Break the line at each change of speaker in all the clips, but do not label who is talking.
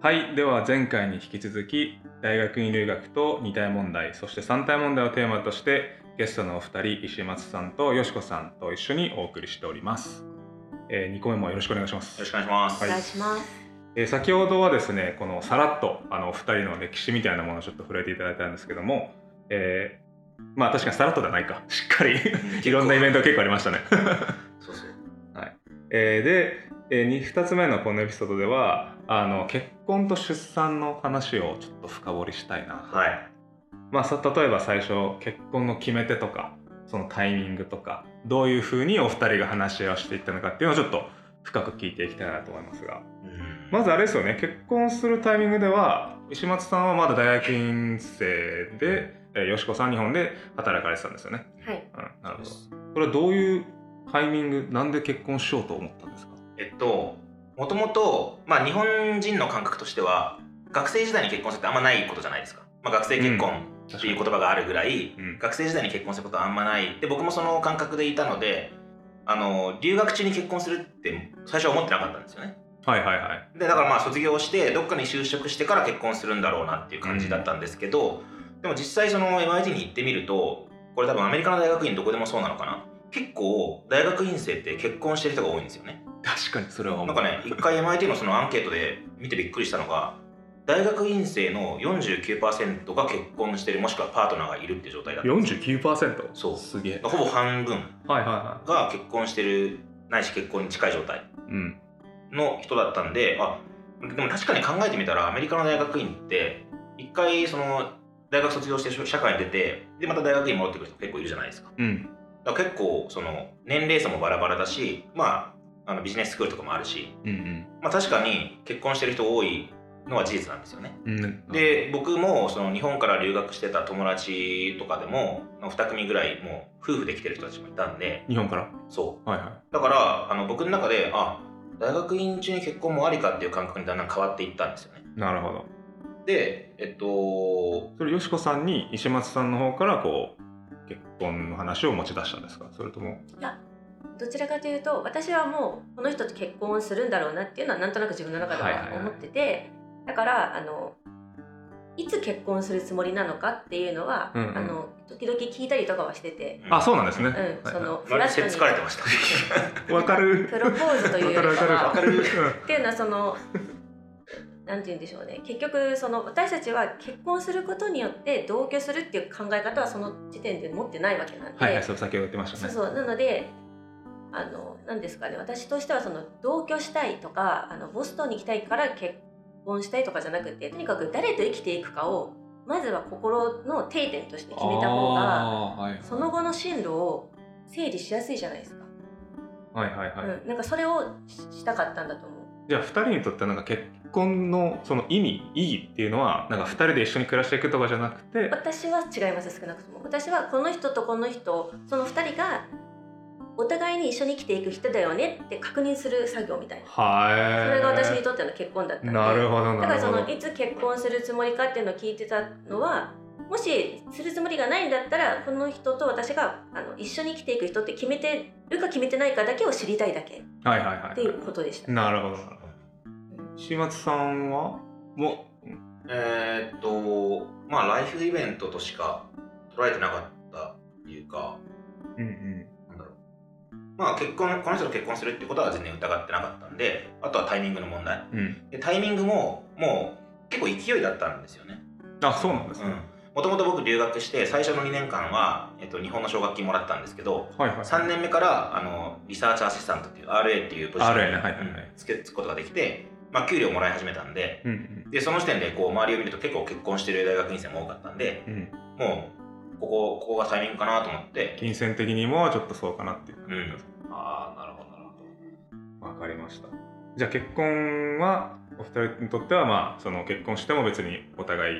はい、では前回に引き続き大学院留学と2体問題そして3体問題をテーマとしてゲストのお二人石松さんとよしこさんと一緒にお送りしております、え2個目もよろしくお願いします
よろしくお願いします。
は
お
い
願いします。
えー先ほどはですねこのさらっとあのお二人の歴史みたいなものをちょっと触れていただいたんですけども、えーまあ確かにさらっとではないかしっかりいろんなイベント結構ありましたね、
そうそう。
えーで、え 2, つ目のこのエピソードではあの結婚と出産の話をちょっと深掘りしたいなと
はい。
まあ、さ例えば最初結婚の決め手とかそのタイミングとかどういうふうにお二人が話し合いをしていったのかっていうのをちょっと深く聞いていきたいなと思いますがまずあれですよね結婚するタイミングでは石松さんはまだ大学院生で、えー、よしこさん日本で働かれてたんですよね、
はい。
うん、なるほどそれはどういうタイミングなんで結婚しようと思ったんですか
えっと、もともと、まあ、日本人の感覚としては、学生時代に結婚するってあんまないことじゃないですか。まあ、学生結婚っていう言葉があるぐらい、
うん
学生時代に結婚することはあんまない。で、僕もその感覚でいたので、あの、留学中に結婚するって最初は思ってなかったんですよね。
はいはいはい
でだからまあ卒業してどっかに就職してから結婚するんだろうなっていう感じだったんですけど、でも実際その MIT に行ってみるとこれ多分アメリカの大学院どこでもそうなのかな結構大学院生って結婚してる人が多いんですよね
確かにそれは思う
なんかね一回 MIT のそのアンケートで見てびっくりしたのが大学院生の49%が結婚してるもしくはパートナーがいるっていう状態だった
49%
そう
すげえ
ほぼ半分
はいはいは
が結婚してるないし結婚に近い状態
いうん
の人だったんであでも確かに考えてみたらアメリカの大学院って一回その大学卒業して社社会に出てでまた大学院戻ってくる人結構いるじゃないですか
うん
だから結構その年齢差もバラバラだしまああのビジネススクールとかもあるし、
うん
まあ、確かに結婚してる人多いのは事実なんですよね
うんうん
で僕もその日本から留学してた友達とかでも2組ぐらいもう夫婦で来てる人たちもいたんで
日本から
そう
はいは
だからあの僕の中であ大学院中に結婚もありかっていう感覚にだんだん変わっていったんですよね
いなるほど
でえっと
それよしこさんに石松さんの方からこう結婚の話を持ち出したんですかそれとも
どちらかというと、私はもうこの人と結婚するんだろうなっていうのはなんとなく自分の中で
はいはい
は
はい
思ってて、だからあのいつ結婚するつもりなのかっていうのは、
うんうん
あの時々聞いたりとかはしてて、
あそうなんですね、
うん、
はい
その
ま
フ
る
ラ
で
ット
せっ
に
つかれてました
わかる
プロポーズというよりか
わ
は
か
か
る
る
わかる
っていうのはそのなんて言うんでしょうね結局その私たちは結婚することによって同居するっていう考え方はその時点で持ってないわけなんで、
はいはいそれ先ほど言ってました
そう
ね
そうなのであの何ですかね私としてはその同居したいとかあのボストンに行きたいから結婚したいとかじゃなくてとにかく誰と生きていくかをまずは心の定点として決めた方が
あーはいはい
その後の進路を整理しやすいじゃないですか、
はいはいはい、
うん、なんかそれをししたかったんだと思う
じゃあ2人にとってなんか結婚のその意味意義っていうのはなんか2人で一緒に暮らしていくとかじゃなくて
私は違います少なくとも私はこの人とこの人その2人がお互いに一緒に生きていく人だよねって確認する作業みたいな そ
はい
れが私にとっての結婚だったんで
なるほど
だか
な
ら
る
そ
ほ
の
ど
いつ結婚するつもりかっていうのを聞いてたのはもしするつもりがないんだったらこの人と私があの一緒に生きていく人って決めてるか決めてないかだけを知りたいだけっ
はいはいはい
ていうことでした。
なるほどなるほど島松さんはも
えーっとまあライフイベントとしか捉えてなかったっていうか
う、うんうん、
なんだろうまあ結婚この人と結婚するってことは全然疑ってなかったんであとはタイミングの問題
うん、
でタイミングももう結構勢いだったんですよね
あそうなんですね、
もともと僕留学して最初の2年間は、えっと、日本の奨学金もらったんですけど
はいはい
3年目からあのリサーチアシスタントっていう RA っていうポジション
RA ねはいはいはい
うんつけつくことができて、まあ、給料もらい始めたんで
うんうん
でその時点でこう周りを見ると結構結婚してる大学院生も多かったんで
うん、
もうここここがタイミングかなと思って
金銭的にもちょっとそうかなっていう感じ
うん
です、ああなるほどなるほどわかりましたじゃあ結婚はお二人にとってはまあその結婚しても別にお互い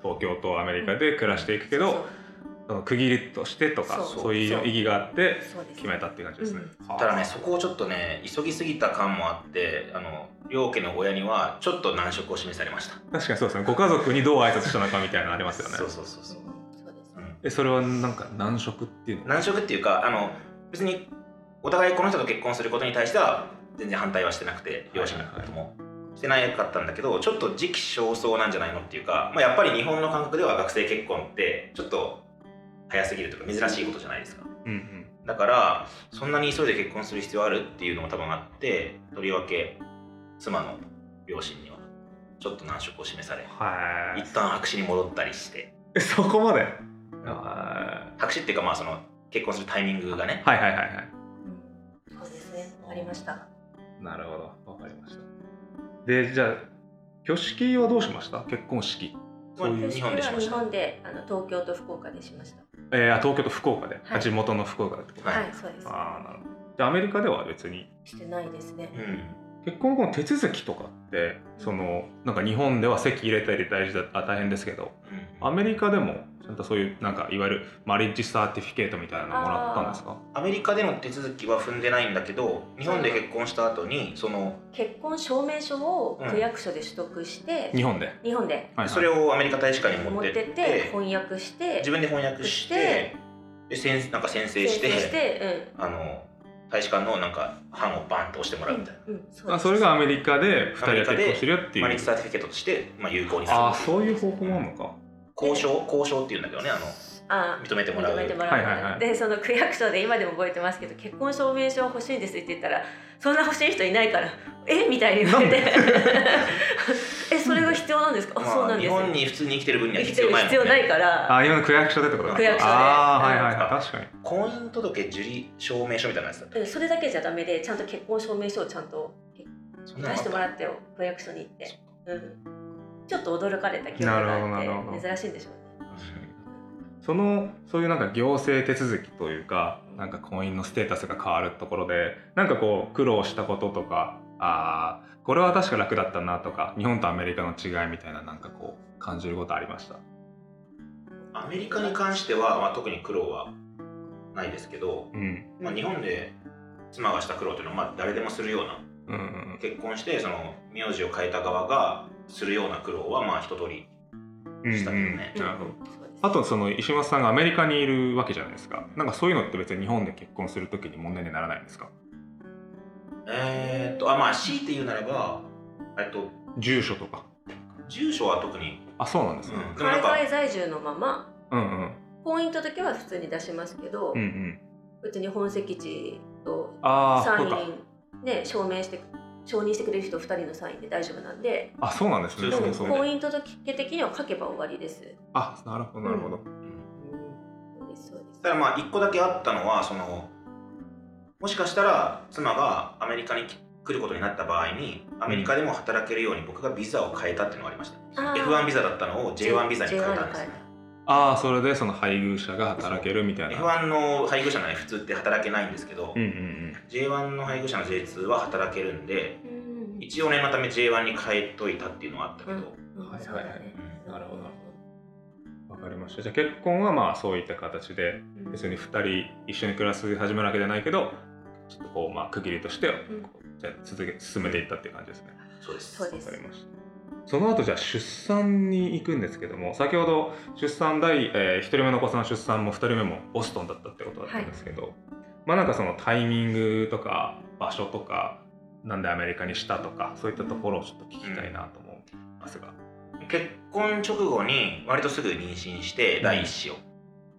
東京とアメリカで暮らしていくけど、その区切りとしてとかそ
そうう
い
そうう
意義があって
そうそうです
決めたっていう感じですね、はあ
ただねそこをちょっとね急ぎすぎた感もあってあの両家の親にはちょっと難色を示されました
確かにそうですねご家族にどう挨拶したのかみたいなのありますよね
そうそうそうそう、
そうです
うん
えそれはなんか難色っていうの
難色っていうかあの別にお互いこの人と結婚することに対しては全然反対はしてなくて両親とも、してなかったんだけどちょっと時期尚早なんじゃないのっていうか、まあ、やっぱり日本の感覚では学生結婚ってちょっと早すぎるとか珍しいことじゃないですか
うんうん
だからそんなに急いで結婚する必要あるっていうのも多分あってとりわけ妻の両親にはちょっと難色を示され
は
一旦白紙に戻ったりして
い そこまでは
白紙っていうかまあその結婚するタイミングがね
いはいはいはい
うんそうですねありました
なるほどわかりましたでじゃあ挙式はどうしました結婚式そういう
日本でしまし
日
た
本であの東京と福岡でしました
えー、あ東京と福岡で、あ
はい
地元の福岡でってこと、
はい
はい、そうです
ああなるほどじゃあアメリカでは別に
してないですね
うん
結婚後の手続きとかってそのなんか日本では籍入れたり大事だあ大変ですけどアメリカでもちゃんとそういうなんかいわゆるマリッジサーティフィケートみたいなのもらったんですか
アメリカでの手続きは踏んでないんだけど日本で結婚した後にその
結婚証明書を
うん
区役所で取得して、
日本で、はい
日本で
はい
それをアメリカ大使館に持
持
っ
っ
っ
ててって
て
翻訳して
自分で翻訳してでせんなんか宣誓して
生して、
あの大使館のなんか版をバンと押しても
う
ら
ん
うみたいな、
うんうんそう
あ
です
それがアメリカで2人が結婚してるよってい
マリッジ
う
サーティフィケートとして、まあ、有効にする
ああそういう方法もあるのか
交渉交渉っていうんだけどねあの
あ
認めてもらう
認めてもらう、
はいはいはい
でその区役所で今でも覚えてますけど結婚証明書欲しいんですって言ったらそんな欲しい人いないからえみたいに言わ れてえそれが必要なんですか、あ、そう
ま
な
あ、
ん
日
です
本に普通に生きてる分には
生き
必
て
要
る
ないもん、ね、
必要ないから
あ今の区役所でってことか
区役所で
ああはいはい
うん
はい確かに
婚姻届受理証明書みたいなやつだった
うんそれだけじゃダメでちゃんと結婚証明書をちゃんと
そんなのあ
出
っ
しても
た
らってよ区役所に行って、うん、ちょっと驚かれた記憶が
なるほどなる
あ
ほ
っ
ど
て珍しいんでしょうね
そのそういうなんか行政手続きというかなんか婚姻のステータスが変わるところでなんかこう苦労したこととかあーこれは確か楽だったなとか日本とアメリカの違いみたいななんかこう感じることありました
アメリカに関しては、まあ、特に苦労はないですけど、
うん
まあ、日本で妻がした苦労というのは、まあ、誰でもするような
うんうん
結婚してその名字を変えた側がするような苦労はまあ一通り
うん
したけどね
うんうんなるほど
そうです
あとその石松さんがアメリカにいるわけじゃないですかなんかそういうのって別に日本で結婚するときに問題にならないんですか
えー、っとあまあ強いて言うならばえっと
住所とか
住所は特に、
あそうなんですね
うん、でもなん
海
か
外在住のまま
うんうん
婚姻届は普通に出しますけど、
うんうん
別に本籍地と
ああ
サ
そ
イ
うか
ンで証明して承認してくれる人2人のサインで大丈夫なんで
あそうなんですね
で
そ
も
う
そ
そうう
婚姻届的には書けば終わりです。
あなるほどなるほど
うん、
そうですそうです
ただまあ一個だけあったのはそのもしかしたら妻がアメリカに来ることになった場合にアメリカでも働けるように僕がビザを変えたっていうのがありました、
あー
F1 ビザだったのを J1 ビザに変えたんですね
J1 に
ああそれでその配偶者が働けるみたいな
F1 の配偶者なら普通って働けないんですけど、
うんうん
J1 の配偶者の J2 は働けるんで
うん
一応念のため J1 に変えといたっていうのはあったけど、
うん
はいはいはい
そうだね
うんなるほどなるうんわかりましたじゃあ結婚はまあそういった形で
うん
別に2人一緒に暮らす始めるわけじゃないけどちょっとこうまあ区切りとしてじゃあ続け進めていったっていう感じですね
そうです
そうで
わ
す
かりましたその後じゃあ出産に行くんですけども先ほど出産第、え1人目のお子さんの出産も2人目もボストンだったってことだったんですけど、まあなんかそのタイミングとか場所とかなんでアメリカにしたとかそういったところをちょっと聞きたいなと思いますが、
結婚直後に割とすぐ妊娠して第一子を、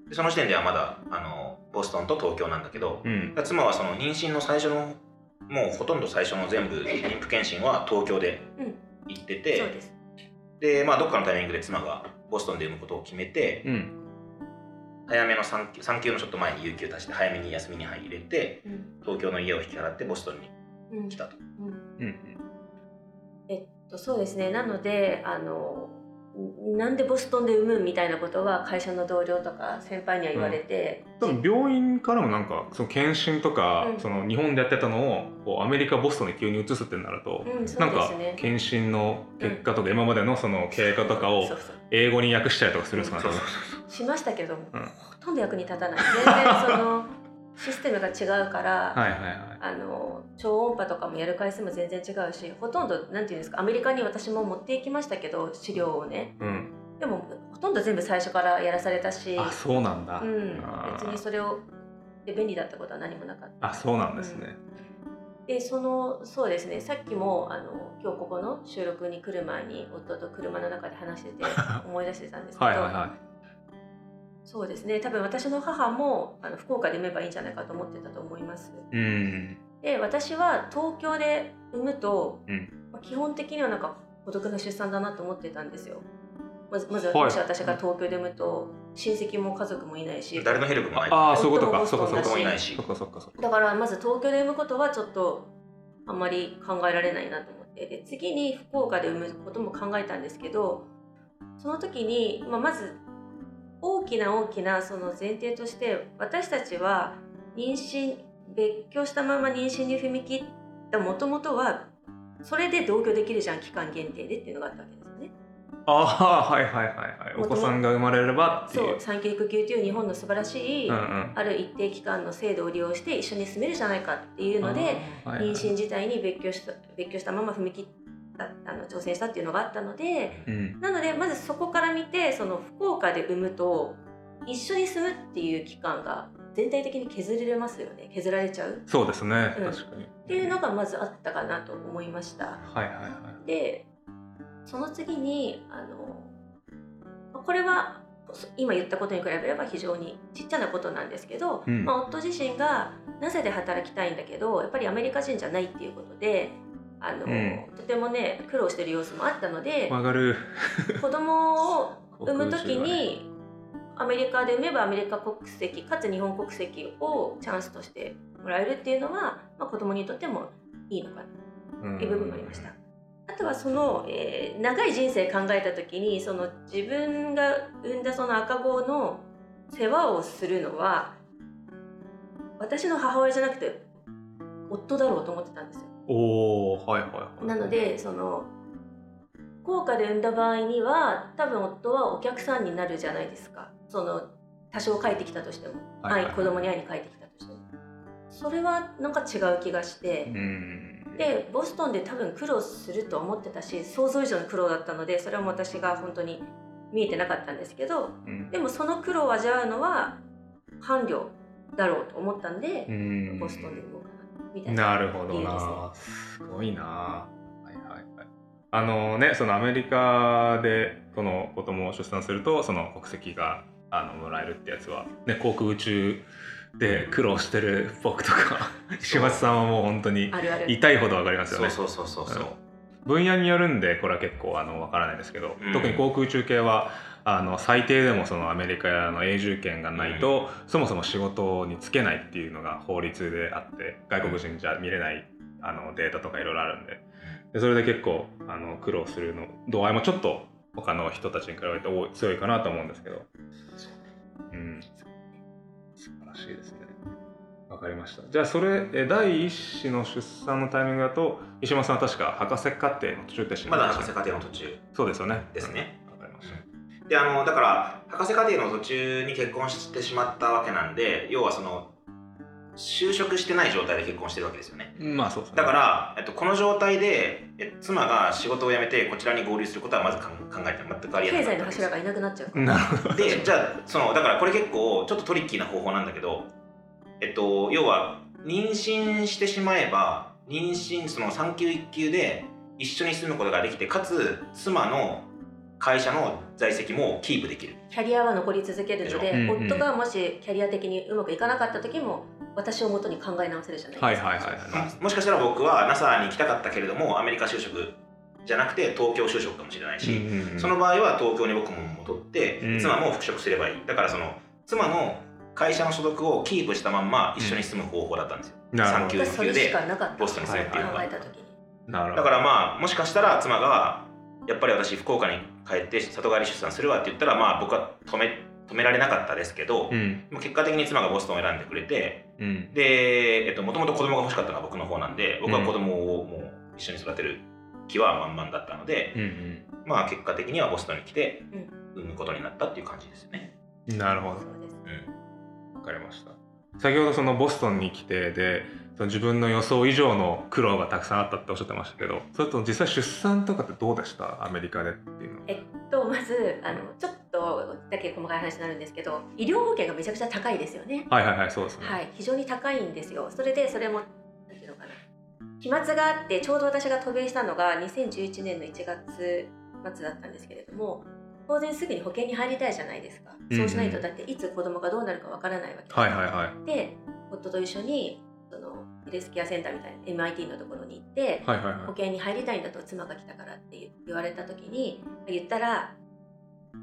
でその時点ではまだあのボストンと東京なんだけど、
うん
だから妻はその妊娠の最初のもうほとんど最初の全部妊婦検診は東京で
うん
行って
そう
て、
です
でまあどっかのタイミングで妻がボストンで産むことを決めて、
うん
早めの産休産休のちょっと前に有給足して早めに休みに入れて
うん
東京の家を引き払ってボストンに
うん
来たと。
うん
とそうですねなのであのんなんでボストンで産むみたいなことは会社の同僚とか先輩には言われて、
多分病院からもなんかその検診とか、
うん
その日本でやってたのをこうアメリカボストンに急に移すってなると、
うんそ
なん
うで
か
すね
検診の結果とか今までのその経過とかを
そうそう
英語に訳したりとかするんですかね、
そうそう
しましたけども、
うん
ほとんど役に立たない全 然そのシステムが違うから、
はいはいはい。
あの超音波とかもやる回数も全然違うしほとんどなんていうんですかアメリカに私も持っていきましたけど資料をね
うん。
でもほとんど全部最初からやらされたし
あ、そうなんだ。
うん、
あー
別にそれをで便利だったことは何もなかった
あ、そうなんですね。
でそのそうですねさっきもあの今日ここの収録に来る前に夫と車の中で話してて思い出してたんですけ ど
はいはいは
そうですね多分私の母もあの福岡で産めばいいんじゃないかと思ってたと思います。
いうん
で私は東京で産むと、
うん
まあ基本的にはなんか孤独な出産だなと思ってたんですよ。まずまず、
はい
もし私が東京で産むと親戚も家族もいないし
誰のヘルプもない
ああそういうことかそ
夫
うか
も
そうか
僕
そ
も
う
い
か
ないし
そっかそっかそっか
だからまず東京で産むことはちょっとあんまり考えられないなと思ってで次に福岡で産むことも考えたんですけどその時に、まあ、まず大きな大きなその前提として私たちは妊娠別居したまま妊娠に踏み切ったもともとはそれで同居できるじゃん期間限定でっていうのがあったわけですよね。
ああはいはいはいはいお子さんが生まれればって
そ
いう
う産休育休という日本の素晴らしい、
うんうん
ある一定期間の制度を利用して一緒に住めるじゃないかっていうので、
あーはいはい
妊娠自体に別居した別居したまま踏み切ったあの挑戦したっていうのがあったので
うん
なのでまずそこから見てその福岡で産むと一緒に住むっていう期間が全体的に削れますよね削られちゃう
そうですね
うん
確かに
っていうのがまずあったかなと思いました
はいはいはい
でその次にあのまあこれはそ今言ったことに比べれば非常にちっちゃなことなんですけど、
うん
まあ、夫自身がなぜで働きたいんだけどやっぱりアメリカ人じゃないっていうことであの、
うん
とてもね苦労してる様子もあったので、
曲がる
子供 を産む時
航空宇宙はね
にアメリカで産めばアメリカ国籍かつ日本国籍をチャンスとしてもらえるっていうのは、まあ、子供にとってもいいのか
う
な
ん
っていう部分もありました。あとはその、えー長い人生考えた時にその自分が産んだその赤子の世話をするのは私の母親じゃなくて夫だろうと思ってたんですよ。
おおはいはいはい
なのでその福岡で産んだ場合には多分夫はお客さんになるじゃないですかその多少帰ってきたとしても、
はいはいはい
会い子供に会いに帰ってきたとしてもそれはなんか違う気がして。
うん
でボストンで多分苦労すると思ってたし想像以上の苦労だったのでそれはもう私が本当に見えてなかったんですけど
うん
でもその苦労を味わうのは伴侶だろうと思ったんで
う、ん
ボストンで動こうかなみたいな。
なるほど
いいです
なすごいなはいはいはいあのねそのアメリカでこの子供を出産するとその国籍があのもらえるってやつは、ね、航空宇宙で苦労してる僕とか石橋さんはもう本当に
あるある。
痛いほどわかりますよ
そ
ね
うそうそうそうそう
分野によるんでこれは結構あのわからないですけど、
うん
特に航空宇宙系はあの最低でもそのアメリカの永住権がないと、そもそも仕事に就けないっていうのが法律であって外国人じゃ見れないあのデータとかいろいろあるんででそれで結構あの苦労するの度合いもちょっと他の人たちに比べて多い強いかなと思うんですけど、うん、素晴らしいですね。わかりました。じゃあそれえ第一子の出産のタイミングだと石間さんは確か博士課程の途中って知
まだ博士課程の途中
そうですよね。
ですね
うん。わかりました。
であのだから博士課程の途中に結婚してしまったわけなんで要はその就職してない状態で結婚してるわけですよね
まあそうですね。
だから、えっと、この状態でえ妻が仕事を辞めてこちらに合流することはまず考えて全くありえな
経
い
済の柱がいなくなっちゃうから。
なるほど。
でじゃあそのだからこれ結構ちょっとトリッキーな方法なんだけどえっと要は妊娠してしまえば妊娠その産休育休で一緒に住むことができてかつ妻の会社の在籍もキープできる
キャリアは残り続けるので、
でしょうんうん
夫がもしキャリア的にうまくいかなかった時も私をもとに考え直せるじゃないですか。
はいはいはい
ま
は
あもしかしたら僕は NASA に行きたかったけれどもアメリカ就職じゃなくて東京就職かもしれない
い。
し、
うんうんうん
その場合は東京に僕も戻って、
うん
妻も復職すればいいだからその妻の会社の所得をキープしたまんま一緒に住む方法だったんですよ、
なるほ
産
私それしかなかった。
ボ
考
ストンに住むっていうのが、
は
えた時に。
ど。なるほ
だ
ど。
からまあもしかしたら妻がやっぱり私福岡に帰って里帰り出産するわって言ったらまあ僕は止め止められなかったですけど、
うん
まあ結果的に妻がボストンを選んでくれて
うん。
でえっともともと子供が欲しかったのが僕の方なんで僕は子供をもう一緒に育てる気は満々だったので、
うん
まあ結果的にはボストンに来て
うん
産むことになったっていう感じですよね。
うん。なるほど
そ。うです
わかりました先ほどそのボストンに来てでその自分の予想以上の苦労がたくさんあったっておっしゃってましたけどそれと実際出産とかってどうでしたアメリカでっていうの
えっとまずあのちょっとだけ細かい話になるんですけど医療保険がめちゃくちゃ高いですよね。
はいはいはいそうですね、
はい、非常に高いんですよ。それでそれもなんていうのかな期末があってちょうど私が渡米したのが2011年の1月末だったんですけれども当然すぐに保険に入りたいじゃないですか、
うんうん
そうしないとだっていつ子供がどうなるかわからないわけ、
はいはいはい
で夫と一緒にそのヘルスケアセンターみたいな MIT のところに行って
はいはい
保
は
険に入りたいんだと妻が来たからって言われた時に言ったら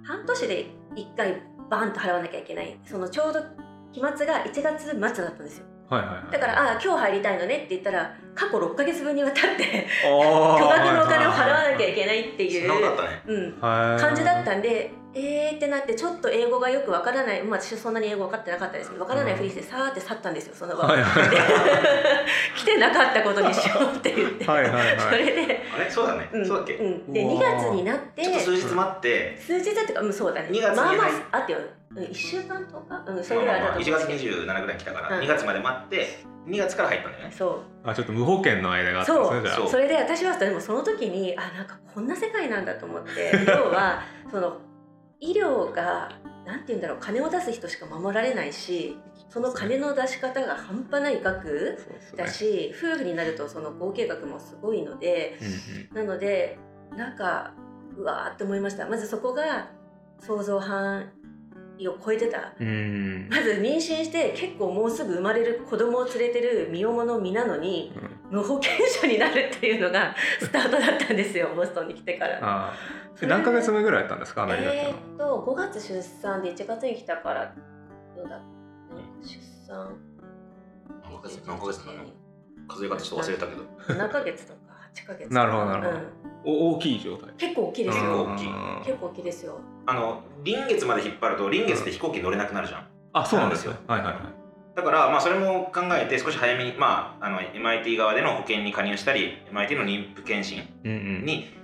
半年で1回バンと払わなきゃいけないそのちょうど期末が1月末だったんですよ
いはいはいはい
だから「ああ今日入りたいのね」って言ったら過去6ヶ月分にわたって
あー
巨額のお金を払わなきゃいけないって
そ
い
んなことあった
う、
ね
うん、
はい
感じだったんでえーってなってちょっと英語がよくわからない、まあ、私そんなに英語分かってなかったですけどわからないふりしてさーって去ったんですよその場、
はいはいはい
来てなかったことにしようって言って、
はいはい
そ
はい
れで、
あれそうだね、
うん、
そうだっけ、
うん、で
うわ
2
ー
月になって
ちょっと数日待って、
数日だっていうか、うん、そうだね
2月に
まあ
入
まああってよ、うん、1週間とかうんそれぐ
ま
ら
あ
い
まあま
だと
あ1月
思うんですけど
27ぐらいに来たから、
うん
2月まで待って2月から入ったんだよね
そう
あちょっと無保険の間があったんですねじゃあ
そう
それで私はでもその時にあなんかこんな世界なんだと思って要はその医療がなんて言うんだろう金を出す人しか守られないしその金の出し方が半端ない額
そうですね
だし夫婦になるとその合計額もすごいので
うんうん
なのでなんかうわーって思いましたまずそこが想像範囲を超えてた
うーん
まず妊娠して結構もうすぐ生まれる子供を連れてる身重の身なのに
うん
無保険者になるっていうのがスタートだったんですよボストンに来てから。
あーそれ何ヶ月目ぐらいだったんですかアメリカって
え
のは
ーっと5月出産で1月に来たからどうだ出産
何ヶ月何ヶ月なの数え方ちょっと忘れたけど
7ヶ月とか8ヶ月とか
なるほどなるほど
うん
お大きい状態
結構大きいです
結構
よ
大きい
うん
結構大きいですよ
あの臨月まで引っ張ると臨月で飛行機乗れなくなるじゃん
あそうなんですよ
なん
はいはいはい
だからまあそれも考えて少し早めにまああの MIT 側での保険に加入したり MIT の妊婦検診
うん
に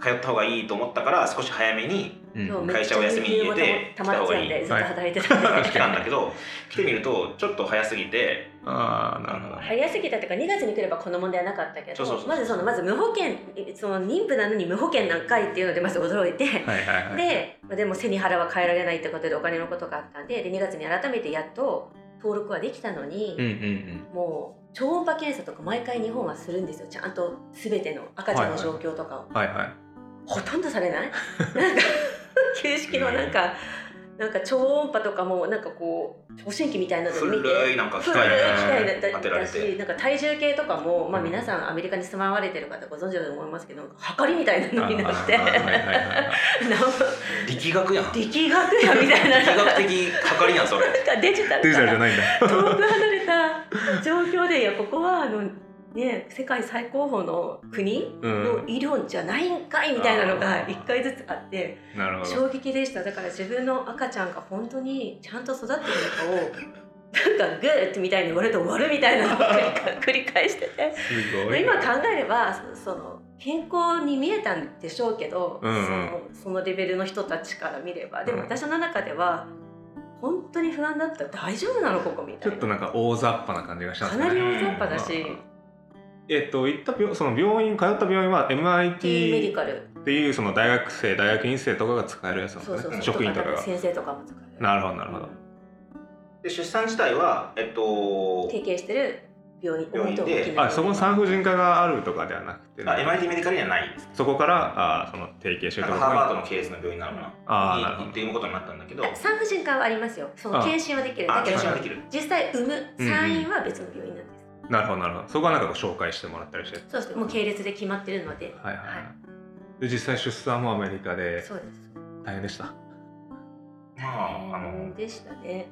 通った方がいいと思ったから少し早めに
うんうん
今日
め
めっちゃ有給もたまっちゃってずっと働いてたんで
来たんだけ ど来てみるとちょっと早すぎて
ああなるほど
早すぎたというか2月に来ればこの問題はなかったけ
そうそうそ
ど
う
まずそのまず無保険その妊婦なのに無保険何回っていうのでまず驚いて、
はいはいはい
でまあでも背に腹は変えられないってことでお金のことがあったんでで2月に改めてやっと登録はできたのに、
うんうん
もう超音波検査とか毎回日本はするんですよちゃんと全ての赤ちゃんの状況とかを、
うんはいはい
ほとんどされないなんか形式のなんか、なんか超音波とかもなんかこう聴診器みたいなのを見て。
古いなんか機
古い
械
機械
で
だった
当てられて
しなんか体重計とかも、まあ、
うん
皆さんアメリカに住まわれてる方ご存知だと思いますけど測りみたいなのになって
あーはいはいはいはい
なんか
力学やん力
力学や みたいな
学的測りやんそれ
なんかデジタ
デ
ル
ジタル
か
じゃ
ら
ないんだ
遠く離れた状況でいやここはあの、ね、世界最高峰の国
うん
の医療じゃないんかいみたいなのが1回ずつあって
なるほど
衝撃でしただから自分の赤ちゃんが本当にちゃんと育ってるのかを。なんかグーってみたいに言われて終わるみ たいなのを繰り返繰り返してて
すごい
今考えればそその健康に見えたんでしょうけど、
うんうん
そのそのレベルの人たちから見ればで
う
も
ん
私の中では本当に不安だった大丈夫なのここみた
ち
い
ょ
な
っとなんか大雑把な感じがします
か
ね
なり大雑把だし、
えっと行った病その病院通った病院は
T メデ
MIT
ィカル
っていうその大学生大学院生とかが使えるやつなん
そう
で
そ
す
うそ
ね
う
職員とかが
先生とかも使える
なるほどなるほど
で出産自体はえっと
提携してる病院
病院で
大きな
あそこの産婦人科があるとかではなくて
あ MIT メディカルにはないです
そこからあその提携して
な
る
ん
と
か
こ
ハーバー
が
ドの系列の病院なのか
あーな
な
るほど
に行っていうことになったんだけど
あ産婦人科はありますよその
あ
検診はできる
あ
だけ
検
ど
診はできる
実際産む
うん
産院は別の病院なんです、
なるほどなるほどそこはなんかこう紹介してもらったりして
そうですもう系列で決まってるので
はいはいは
はい
で実際出産もアメリカで
そうです
大変でした
まああの
でしたね、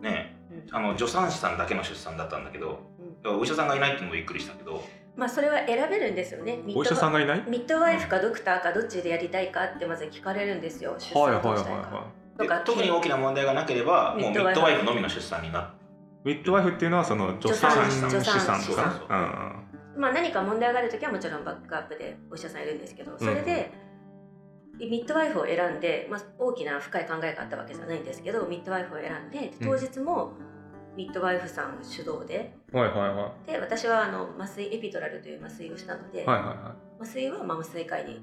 ね
うん
あの助産師さんだけの出産だったんだけど
うん
お医者さんがいないっていうのもびっくりしたけど
まあそれは選べるんですよねミッ
お医者
ド
さん
ワ
がいないはい
ミッドワイフかドクターかどっちでやりたいかってまず聞かれるんですよ出
はい
産
はい
どうしたいか、
は
と
で
か
特に大きな問題がなければもうミ
ミッドワ
ッ
イフ
ドワイフのみの出産になっ
いミッドワイフっていうのはその助産師さん
助産師さん
資産と
そうそう
か
そう
うんうん
まあ、何か問題がある時はもちろんバックアップでお医者さんいるんですけどそれで、ミッドワイフを選んで、まあ、大きな深い考えがあったわけじゃないんですけどミッドワイフを選んで
うん
当日もミッドワイフさん主導で
はいはいはい
で私はあの麻酔エピドラルという麻酔をしたの
は
で、
いは
麻酔はまあ麻酔科医に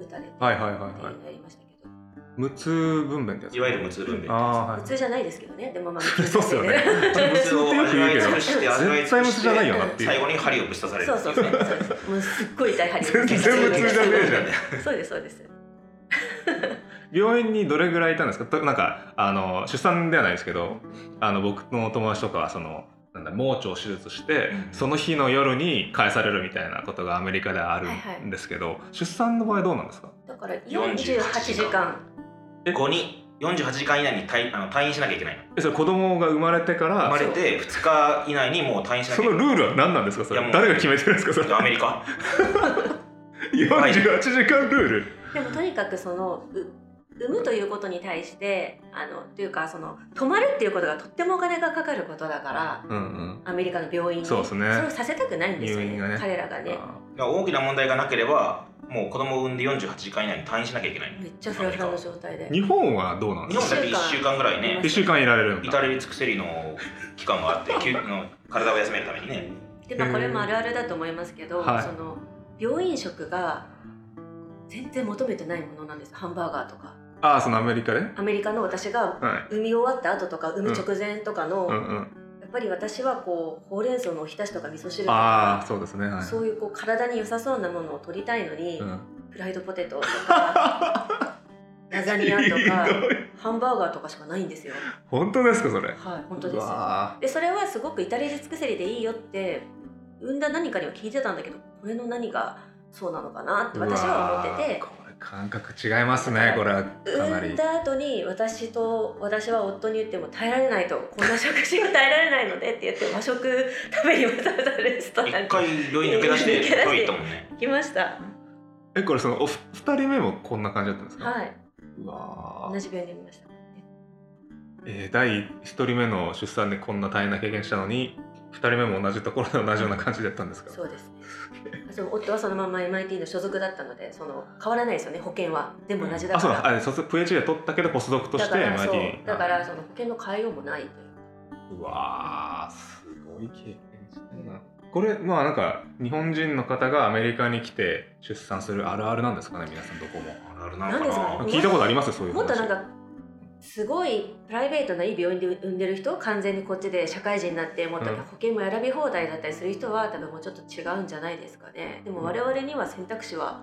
打たれて
はいはいはいはい
っていうのをやりましたけど、
無痛分娩ってやつ
いわゆる無痛分娩ってやつ
あー
普
はい
通じゃないですけどねでもまあ
そうっすよね
無痛を味わい尽くして味わい
絶
尽
対
く
無痛
し
じゃない
て
よなっていう
最後に針をぶっ刺される
そう
って
そ
いう
そうう
ね
そうもうすっごい痛い針
全然無痛じゃねえじゃん
そうですそうです
病院にどれぐらいいたんですかとなんかあの出産ではないですけどあの僕のお友達とかはそのなんだ盲腸を手術して、
うん
その日の夜に返されるみたいなことがアメリカではあるんですけど、出産の場合どうなんですか
だから48時間
でここに48時間以内に退あの退院しなきゃいけないの
えそれ子供が生まれてか
生ま
ら
れて2日以内にもう退院しな
そ
きゃいけ
の
ない
ルールは何なんですかそ
いやも
れ
う
誰が決めてるんですかそれ
アメリカ
48時間ルール、
でもとにかくそのう産むということに対してあのというかその泊まるっていうことがとってもお金がかかることだから
うん
アメリカの病院に
そうですね
それをさせたくないんですよ
入
ね
院がね
彼らが
うん
ね
だから大きな問題がなければもう子供を産んで48時間以内に退院しなきゃいけない
めっちゃフラフラの状態で
日本はどうなんで
日
すか
本だって1週間ぐらいね
1週間いられるんだ
至れり尽くせりの期間があって休の体を休めるためにね
でまあこれもあるあるだと思いますけど、
はい
その病院食が全然求めてないものなんですハンバーガーとか
ああそのアメリカで
アメリカの私が
はい
産み終わった後とか産む直前とかの、
う
や
んうん
っぱり私はこうほうれん草のおひたしとか味噌汁と
ああ
か
そうですねはい
そういうこう体に良さそうなものを取りたいのに、
うん
フライドポテトとか ラザニアとか
ひどい
ハンバーガーとかしかないんですよ
本当ですかそれ
はい本当で
う
すよ
わ
でそれはすごく至れり尽くせりでいいよって産んだ何かには聞いてたんだけどこれの何がそうなのかなっ
ー
て私は思ってて
うわーこれ感覚違いますねこれはかな
産ん
り
だ後に私と私は夫に言っても耐えられないとこんな食事が耐えられないのでって言って和食食べにわざわざレストラン
一
に行
回病院抜け出して病院行ったもんね
きました
えこれそのおふ二人目もこんな感じだったんですか、
はい
いうわ
同
ー
じ病院にいました
えー第一人目の出産でこんな大変な経験したのに二人目も同じところで同じような感じだったんですか
そうですねそう夫はそのまま MIT の所属だったのでその変わらないですよね保険は全部同じ
あ
だか
そう
ら、
だあ卒プエチで取ったけどポスドクと
だ
して
から
MIT
そう
に
だからその保険の変えようもないという
うわーすごい経験したなこれまあなんか日本人の方がアメリカに来て出産するあるあるなんですかね皆さんどこも
あるあるな
なんですか
のか
聞いたことありますそういう話
もっとなんかすごいプライベートないい病院で産んでる人完全にこっちで社会人になってもっと
うん
保険も選び放題だったりする人は多分もうちょっと違うんじゃないですかねでも我々には選択肢は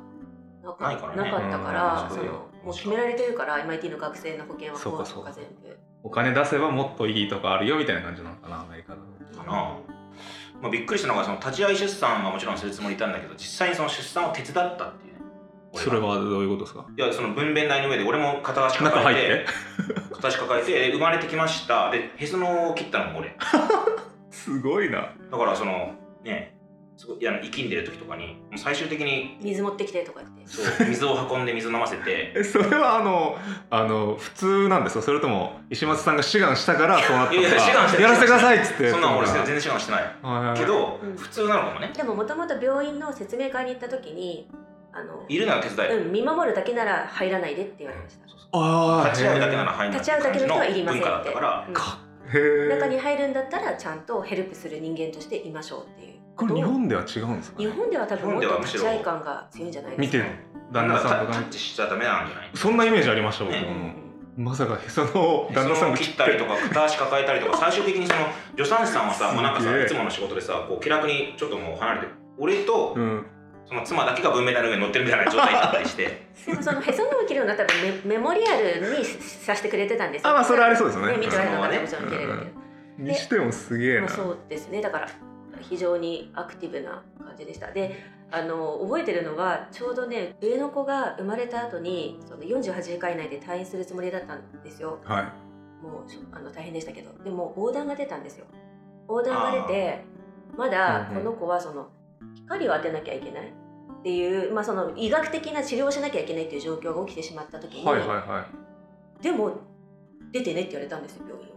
なか
ないからね
なかったから、
うん
そのもう決められてるから MIT の学生の保険は
そうか
こうとか
そ
全
う
部
お金出せばもっといいとかあるよみたいな感じなのかなアメリカだと
なまあ、びっくりしたのがその立ち会い出産はもちろんするつもりいたんだけど実際にその出産を手伝ったっていうね俺
それはどういうことですか
いやその分娩台の上で俺も片足
中
抱
入
え
ってて
片足抱えてで生まれてきましたでへその緒を切ったのも俺
すごいな
だからそのねすごいあの生きんでる時とかにもう最終的に
水持ってきてとか言って
そう水を運んで水飲ませて
えそれはあのあの普通なんですかそれとも石松さんが志願したからそうなった
いやいや志願してない
やらせてくださいっつって
そんなん俺全然知らんしてない
はい
けど
うん
普通なのかもね
でももともと病院の説明会に行った時にあの
いるなら手伝える
うん、見守るだけなら入らないでって言われました
そうそう
ああ
立ち会うだけなら入んない
立ち会うだけの人はいりませ
文
んって
化だったから
うん
かへえ
中に入るんだったらちゃんとヘルプする人間としていましょうっていう
これ日本では違うんですか、ね、
日本では多分もっ
日本では
と
むし
立
ろ
ち会い感が強いんじゃないで
見
す
て
か
る旦那さんと
タ
か
ッチしちゃダメなんじゃない
そんなイメージありました僕も、
ね
まさかへその緒を旦那
そ
さん
の
が
切ったりとか片足抱えたりとか最終的にその助産師さんは
すげ
さ
え
もうなんかさいつもの仕事でさこう気楽にちょっともう離れて俺と
うん
その妻だけが文明台の上に乗ってるみたいな状態になったりして
でもそのへその緒を切るようになったらメメモリアルにさせてくれてたんですよ
あまあそれありそうですよね
見てられなかったらもちろん
うん
切れる
うんにしてもすげ
け
え
ど、ま
な
あ、そうですねだから非常にアクティブな感じでしたであの覚えてるのはちょうどね上の子が生まれた後にその48時間以内で退院するつもりだったんですよ
はい
もうしょあの大変でしたけどでも横断が出たんですよ横断が出てまだ
うん
こ
うん
の子はその光を当てなきゃいけないっていう、まあ、その医学的な治療をしなきゃいけないっていう状況が起きてしまった時に、
はいはいはい
でも出てねって言われたんですよ病院を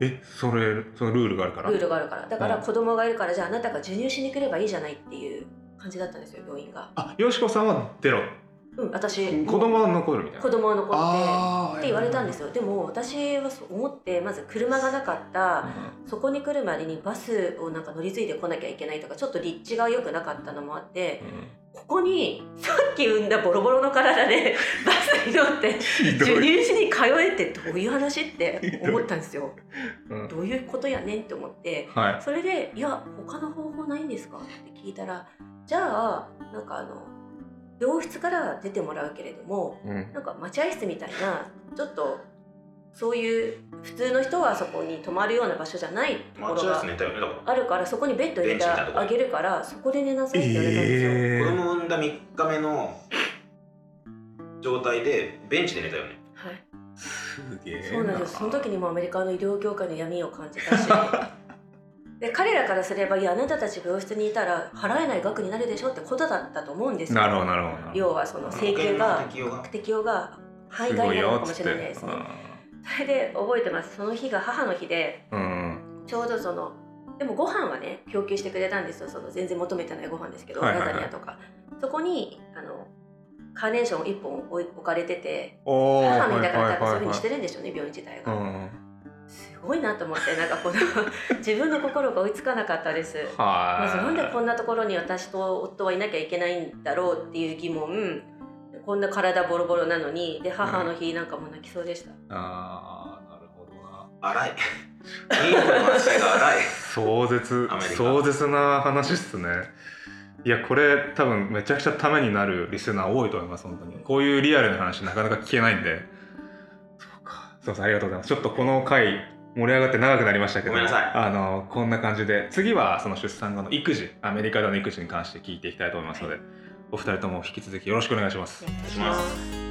えそれそのルールがあるから
ルールがあるからだから
うん
子供がいるからじゃああなたが授乳しに来ればいいじゃないっていう感じだったんですよ病院が
あよしこさんは出ろ
うん、私
子供は残るみたいな
子供は残って
あー
って言われたんです
よ、
よでも私はそう思ってまず車がなかったそこに来るまでにバスをなんか乗り継いでこなきゃいけないとかちょっと立地が良くなかったのもあってここにさっき産んだボロボロの体 でバスに乗って
ひど
授
い、
乳しに通えってどういう話って思ったんで すよ
うん
どういうことやねんって思って
はい
それで「いや他の方法ないんですか?」って聞いたら「じゃあなんかあの病室から出てもらうけれども
うん
なんか待合室みたいなちょっとそういう普通の人はそこに泊まるような場所じゃないとこ
マ
ろ
チュアス
が
寝たよねだから
あるからそこにベッド入れ
ベンチ
て
みたいなとこ
あげるからそこで寝なさいって言われたんですよ。
え
子
ー、
供産んだ3日目の状態でベンチで寝たよね
はい、
すげえ
そうなんですよその時にもうアメリカの医療業界の闇を感じ たしで彼らからすればいやあなたたち病室にいたら払えない額になるでしょってことだったと思うんですよ
なるほどなるほどなるほ
要はその請求が
保険の適用が
適用が
ど
範囲外になるのかも
す
し
ご
れ
い
ない
よっ
で
つっ
す
て
ね。それで覚えてますその日が母の日で
うん
ちょうどそのでもご飯はね供給してくれたんですよその全然求めてないご飯ですけど、
はいはいはい
ラザニアとかそこにあのカーネーション1本置い置かれてて
おー
母の日だから多分そうい
はいはいはい
うふう
は
に
い
してるんでしょうね病院自体
う
が、
ん
すごいなと思ってなんかこの 自分の心が追いつかなかったです
は
ま
い
ずなんでこんなところに私と夫はいなきゃいけないんだろうっていう疑問こんな体ボロボロなのにで母の日なんかも泣きそうでした、
あーなるほどな
荒い 妊婦の扱いが荒い
壮絶
アメリカ
壮絶な話っすねいやこれ多分めちゃくちゃためになるリスナー多いと思います本当にこういうリアルな話なかなか聞けないんでそうかそうそうありがとうございますちょっとこの回盛り上がって長くなりましたけど
ごめんなさい
あのこんな感じで次はその出産後の育児アメリカでの育児に関して聞いていきたいと思いますので、お二人とも引き続きよろしくお願いします
お願い
します